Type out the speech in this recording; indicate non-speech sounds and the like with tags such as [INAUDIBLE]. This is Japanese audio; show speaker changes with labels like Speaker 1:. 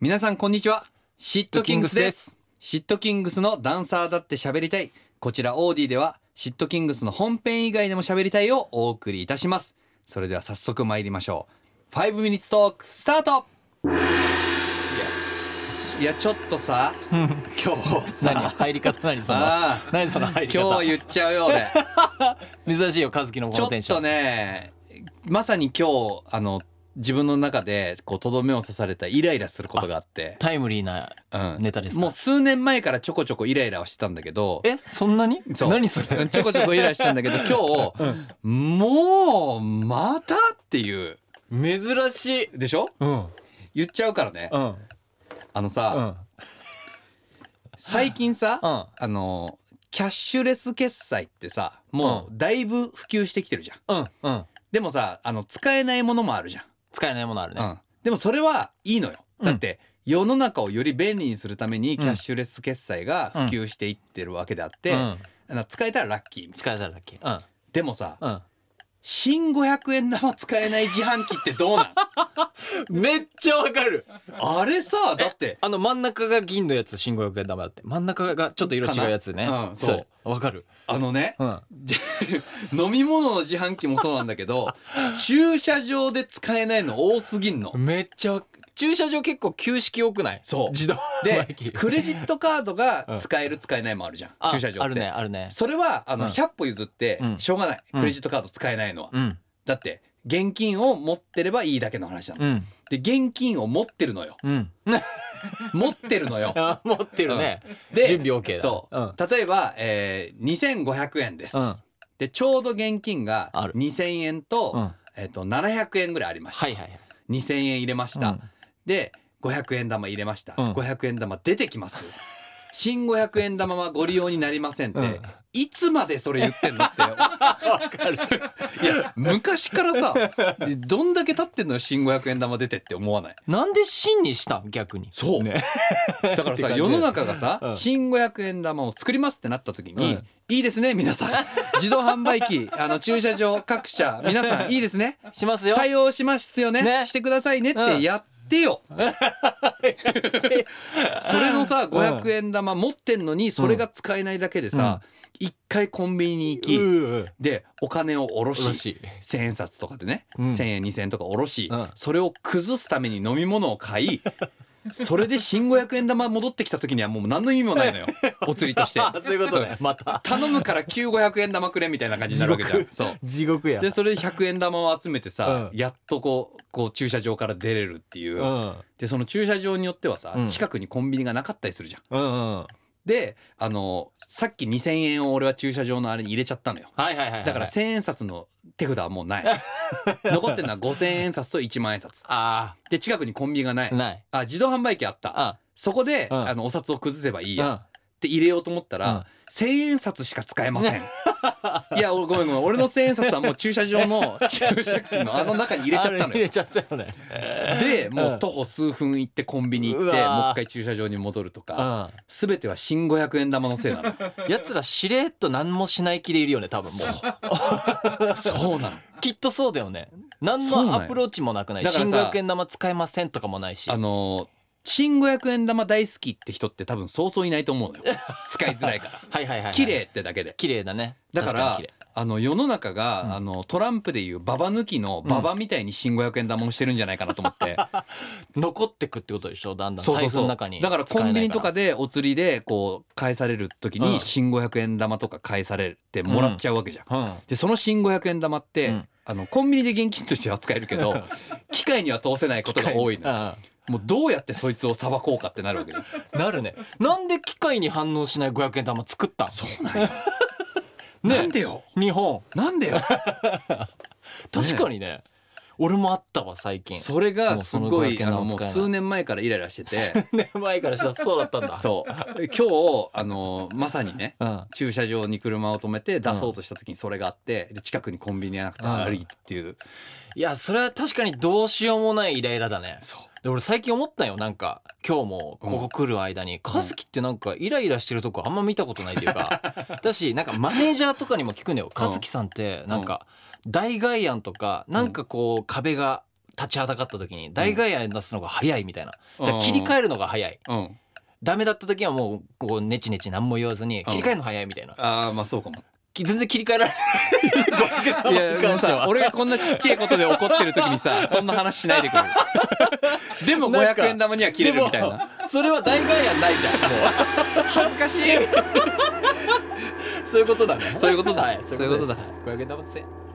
Speaker 1: 皆さんこんにちはシットキングスですシットキングスのダンサーだって喋りたいこちらオーディではシットキングスの本編以外でも喋りたいをお送りいたしますそれでは早速参りましょう5ミニッツトークスタートいやちょっと
Speaker 2: [LAUGHS]
Speaker 1: さ今日
Speaker 2: 何
Speaker 1: さ
Speaker 2: 入り方何その
Speaker 1: あー
Speaker 2: 何その入り
Speaker 1: 今
Speaker 2: 方
Speaker 1: 日言っちゃうよ俺
Speaker 2: 珍しいよ和樹 [LAUGHS] のこ
Speaker 1: ちょ
Speaker 2: のテン
Speaker 1: っ
Speaker 2: ショ
Speaker 1: と
Speaker 2: ン
Speaker 1: ねまさに今日あの自分の中でこうとどめを刺されたイライラすることがあって
Speaker 2: タイムリーな
Speaker 1: うん
Speaker 2: ネタですか
Speaker 1: もう数年前からちょこちょこイライラはしてたんだけど
Speaker 2: えそんなに
Speaker 1: そう
Speaker 2: 何それ
Speaker 1: ちょこちょこイライラしてたんだけ
Speaker 2: [LAUGHS]
Speaker 1: ど今日、もうまたっていう
Speaker 2: 珍しい
Speaker 1: でしょ
Speaker 2: うん
Speaker 1: 言っちゃうからね
Speaker 2: うん
Speaker 1: あのさ、
Speaker 2: うん
Speaker 1: 最近さ、
Speaker 2: うん
Speaker 1: あのキャッシュレス決済ってさもうだいぶ普及してきてるじゃん
Speaker 2: うんうん
Speaker 1: でもさあの使えないものもあるじゃん
Speaker 2: 使えないものあるね
Speaker 1: うん、でもそれはいいのよ
Speaker 2: うん
Speaker 1: だって、世の中をより便利にするために
Speaker 2: ん
Speaker 1: キャッシュレス決済が普及していってるわけであって、
Speaker 2: うん
Speaker 1: あの使えたらラッキーみたいな
Speaker 2: 使えたらだっけうん
Speaker 1: でもさ
Speaker 2: う
Speaker 1: 新500円玉使えない自販機ってどうなん
Speaker 2: ん [LAUGHS] めっちゃわかる
Speaker 1: [LAUGHS] あれさだって
Speaker 2: あの真ん中が銀のやつ新五百円玉だって真ん中がちょっと色違うやつね
Speaker 1: かなうんそう
Speaker 2: わかる
Speaker 1: あのね
Speaker 2: うん
Speaker 1: 飲み物の自販機もそうなんだけど駐車場で使えないの多すぎんの。
Speaker 2: めっちゃわ駐車場結構旧式多くない
Speaker 1: そう
Speaker 2: 自動
Speaker 1: で
Speaker 2: 販売機
Speaker 1: クレジットカード
Speaker 2: う
Speaker 1: が
Speaker 2: ん
Speaker 1: 使える使えないもあるじゃん
Speaker 2: あ
Speaker 1: 駐車場って。
Speaker 2: あるねあるね
Speaker 1: それはあの
Speaker 2: うん
Speaker 1: 100歩譲って
Speaker 2: うん
Speaker 1: しょうがない、
Speaker 2: うん
Speaker 1: クレジットカード使えないのは。
Speaker 2: うん
Speaker 1: だって現金を持ってればいいだけの話なの。
Speaker 2: うん
Speaker 1: で現金を持ってるのよ
Speaker 2: うん。
Speaker 1: 持ってるのよ
Speaker 2: [LAUGHS] あ持ってるね。
Speaker 1: で
Speaker 2: 準備 OK だ。
Speaker 1: そう、
Speaker 2: うん。
Speaker 1: 例えば、えー、2500円です、
Speaker 2: うん。
Speaker 1: でちょうど現金が
Speaker 2: ある
Speaker 1: 2000円と,、
Speaker 2: うん。はい
Speaker 1: えっと700円ぐらいありました、
Speaker 2: はいはい。
Speaker 1: 2000円入れました、で500円玉入れました、
Speaker 2: うん
Speaker 1: 500円玉出てき
Speaker 2: [LAUGHS]
Speaker 1: ます新500円玉はご利用になりませんって、
Speaker 2: うん
Speaker 1: いつまでそれ言ってんのって
Speaker 2: [LAUGHS] わかる。
Speaker 1: いや昔からさどんだけ経ってんのよ新500円玉出てって思わない
Speaker 2: なんで真にしたん逆に。
Speaker 1: そう、
Speaker 2: ね。
Speaker 1: だから
Speaker 2: って
Speaker 1: さ
Speaker 2: 感じ
Speaker 1: 世の中がさ、
Speaker 2: うん
Speaker 1: 新500円玉を作りますってなった時に、
Speaker 2: うん
Speaker 1: いいですね皆さん自動販売機あの駐車場各社皆さんいいですね
Speaker 2: しますよ。
Speaker 1: 対応しますよね
Speaker 2: ね
Speaker 1: してくださいねっ
Speaker 2: う
Speaker 1: て
Speaker 2: ん
Speaker 1: やってよ、
Speaker 2: [LAUGHS]
Speaker 1: それのさ500円玉持ってんのにそれが使えないだけでさ、一回コンビニに行き、
Speaker 2: うん。
Speaker 1: でお金を下ろし
Speaker 2: 嬉しい。
Speaker 1: 1,000円札とかでね、
Speaker 2: うん
Speaker 1: 1,000円2,000円とか下ろし、
Speaker 2: うん
Speaker 1: それを崩すために飲み物を買
Speaker 2: [LAUGHS]
Speaker 1: いそれで新500円玉戻ってきた時にはもう何の意味もないのよお釣り
Speaker 2: [LAUGHS]
Speaker 1: として
Speaker 2: あ、そういうことね。また。
Speaker 1: 頼むから旧500円玉くれみたいな感じになるわけじゃんそう
Speaker 2: 地獄や
Speaker 1: でそれで100円玉を集めてさ、
Speaker 2: うん
Speaker 1: やっとこうこう駐車場から出れるっていう、
Speaker 2: うん。
Speaker 1: でその駐車場によってはさ、
Speaker 2: うん
Speaker 1: 近くにコンビニがなかったりするじゃん
Speaker 2: うんうん。はい
Speaker 1: であのさっき2,000円を俺は駐車場のあれに入れちゃったのよ
Speaker 2: はいはいはい。
Speaker 1: だから1,000円札の手札はもうない
Speaker 2: [LAUGHS]
Speaker 1: 残ってるのは5,000円札と1万円札
Speaker 2: あ
Speaker 1: で近くにコンビニがない
Speaker 2: あ。ない。
Speaker 1: あ自動販売機あった
Speaker 2: あ。
Speaker 1: そこで、
Speaker 2: うん
Speaker 1: あのお札を崩せばいい
Speaker 2: い
Speaker 1: や、っ。て入れようと思ったら、
Speaker 2: うん
Speaker 1: 1,000円札しか使えません [LAUGHS] いやおごめんごめん俺の1,000円札は
Speaker 2: [LAUGHS]
Speaker 1: もう駐車場の駐車機のあの中に入れちゃった
Speaker 2: あ
Speaker 1: の
Speaker 2: 入
Speaker 1: よ
Speaker 2: れちゃったよね。
Speaker 1: でも
Speaker 2: う
Speaker 1: うん徒歩数分行ってコンビニ行って
Speaker 2: う
Speaker 1: もう
Speaker 2: わー
Speaker 1: 一回駐車場に戻ると
Speaker 2: う
Speaker 1: か
Speaker 2: ん。
Speaker 1: 全ては新500円玉のせいなの
Speaker 2: [LAUGHS] 奴らしれっと何もしない気でいるよね。多分もう。
Speaker 1: そうなの
Speaker 2: きっとそうだよね。何
Speaker 1: そうなん
Speaker 2: の
Speaker 1: よ
Speaker 2: アプローチもなくない。
Speaker 1: だからさ
Speaker 2: 新五百円玉使えませんとかもないし。
Speaker 1: あのー新500円玉大好きって人って多分そうそういないと思うのよ使いづらいから
Speaker 2: [LAUGHS] はいはいはいはい。
Speaker 1: 綺麗ってだけで
Speaker 2: 綺麗だね
Speaker 1: だから
Speaker 2: 確に綺麗
Speaker 1: あの世の中が、
Speaker 2: うん
Speaker 1: あのトランプでいうババ抜きのババみたいに新500円玉をしてるんじゃないかなと思って、
Speaker 2: 残ってくってことでしょだんだん
Speaker 1: そうそう
Speaker 2: 財布
Speaker 1: そ
Speaker 2: の
Speaker 1: う
Speaker 2: 中に
Speaker 1: だからコンビニとか
Speaker 2: で
Speaker 1: でお釣りでこう返される時
Speaker 2: う
Speaker 1: に
Speaker 2: ん
Speaker 1: 新500円玉とか返されてもらっちゃうわけじゃん、
Speaker 2: うん
Speaker 1: でその新500円玉って、
Speaker 2: うん
Speaker 1: あのコンビニで現金としては使えるけ
Speaker 2: [LAUGHS]
Speaker 1: ど機械には通せないことが多いのよ
Speaker 2: う
Speaker 1: もうどうやってそいつをさばこうかってなるわけよ
Speaker 2: [LAUGHS] んなるねなんで機械に反応しない500円玉作ったん
Speaker 1: そうなんよ。
Speaker 2: ね
Speaker 1: なんでよ。
Speaker 2: 日本
Speaker 1: なんでよ。
Speaker 2: 確かにね俺もあったわ最近
Speaker 1: それがすごい
Speaker 2: もうその500
Speaker 1: あの
Speaker 2: 円
Speaker 1: も
Speaker 2: の
Speaker 1: う
Speaker 2: 使いな
Speaker 1: 数年前からイライラして
Speaker 2: [LAUGHS]
Speaker 1: て、
Speaker 2: 年前からしたらそうだったんだ
Speaker 1: そう。今日あのまさにね。
Speaker 2: う、ん、
Speaker 1: 駐車場に車を止めて出そうとした時にそれがあってで近くにコンビニがなくて
Speaker 2: うん
Speaker 1: 歩いてっていう
Speaker 2: いやそれは確かにどうしようもないイライラだね
Speaker 1: そう
Speaker 2: で俺最近思ったよなんか今日もここ来る間に、和樹ってなんかイライラしてるとこあんま見たことないというか
Speaker 1: [LAUGHS]
Speaker 2: だしなんかマネージャーとかにも聞くのよ
Speaker 1: うん
Speaker 2: 和樹さんってなんか大外案とかなんかこう壁が立ちはだかった時に大外野出すのが早いみたいな、
Speaker 1: うん
Speaker 2: だから切り替えるのが早い
Speaker 1: うん
Speaker 2: ダメだった時はもうこうネチネチ何も言わずに
Speaker 1: うん
Speaker 2: 切り替えるの早いみたいな、
Speaker 1: ああまあそうかも
Speaker 2: き全然切り替えられない [LAUGHS]
Speaker 1: い
Speaker 2: い
Speaker 1: や
Speaker 2: や
Speaker 1: で
Speaker 2: も
Speaker 1: も
Speaker 2: うさ
Speaker 1: さ俺がこんなちっちゃいことで怒ってる時にさそんな話しないでくれる [LAUGHS] でも
Speaker 2: なんか
Speaker 1: 500円玉には切れるみたいな
Speaker 2: でもそれは大外野ないじゃんも
Speaker 1: [LAUGHS] 恥ずかしいう
Speaker 2: そういうことだね
Speaker 1: そういうことだ
Speaker 2: はい、
Speaker 1: そういうことだ
Speaker 2: 500円黙ってせ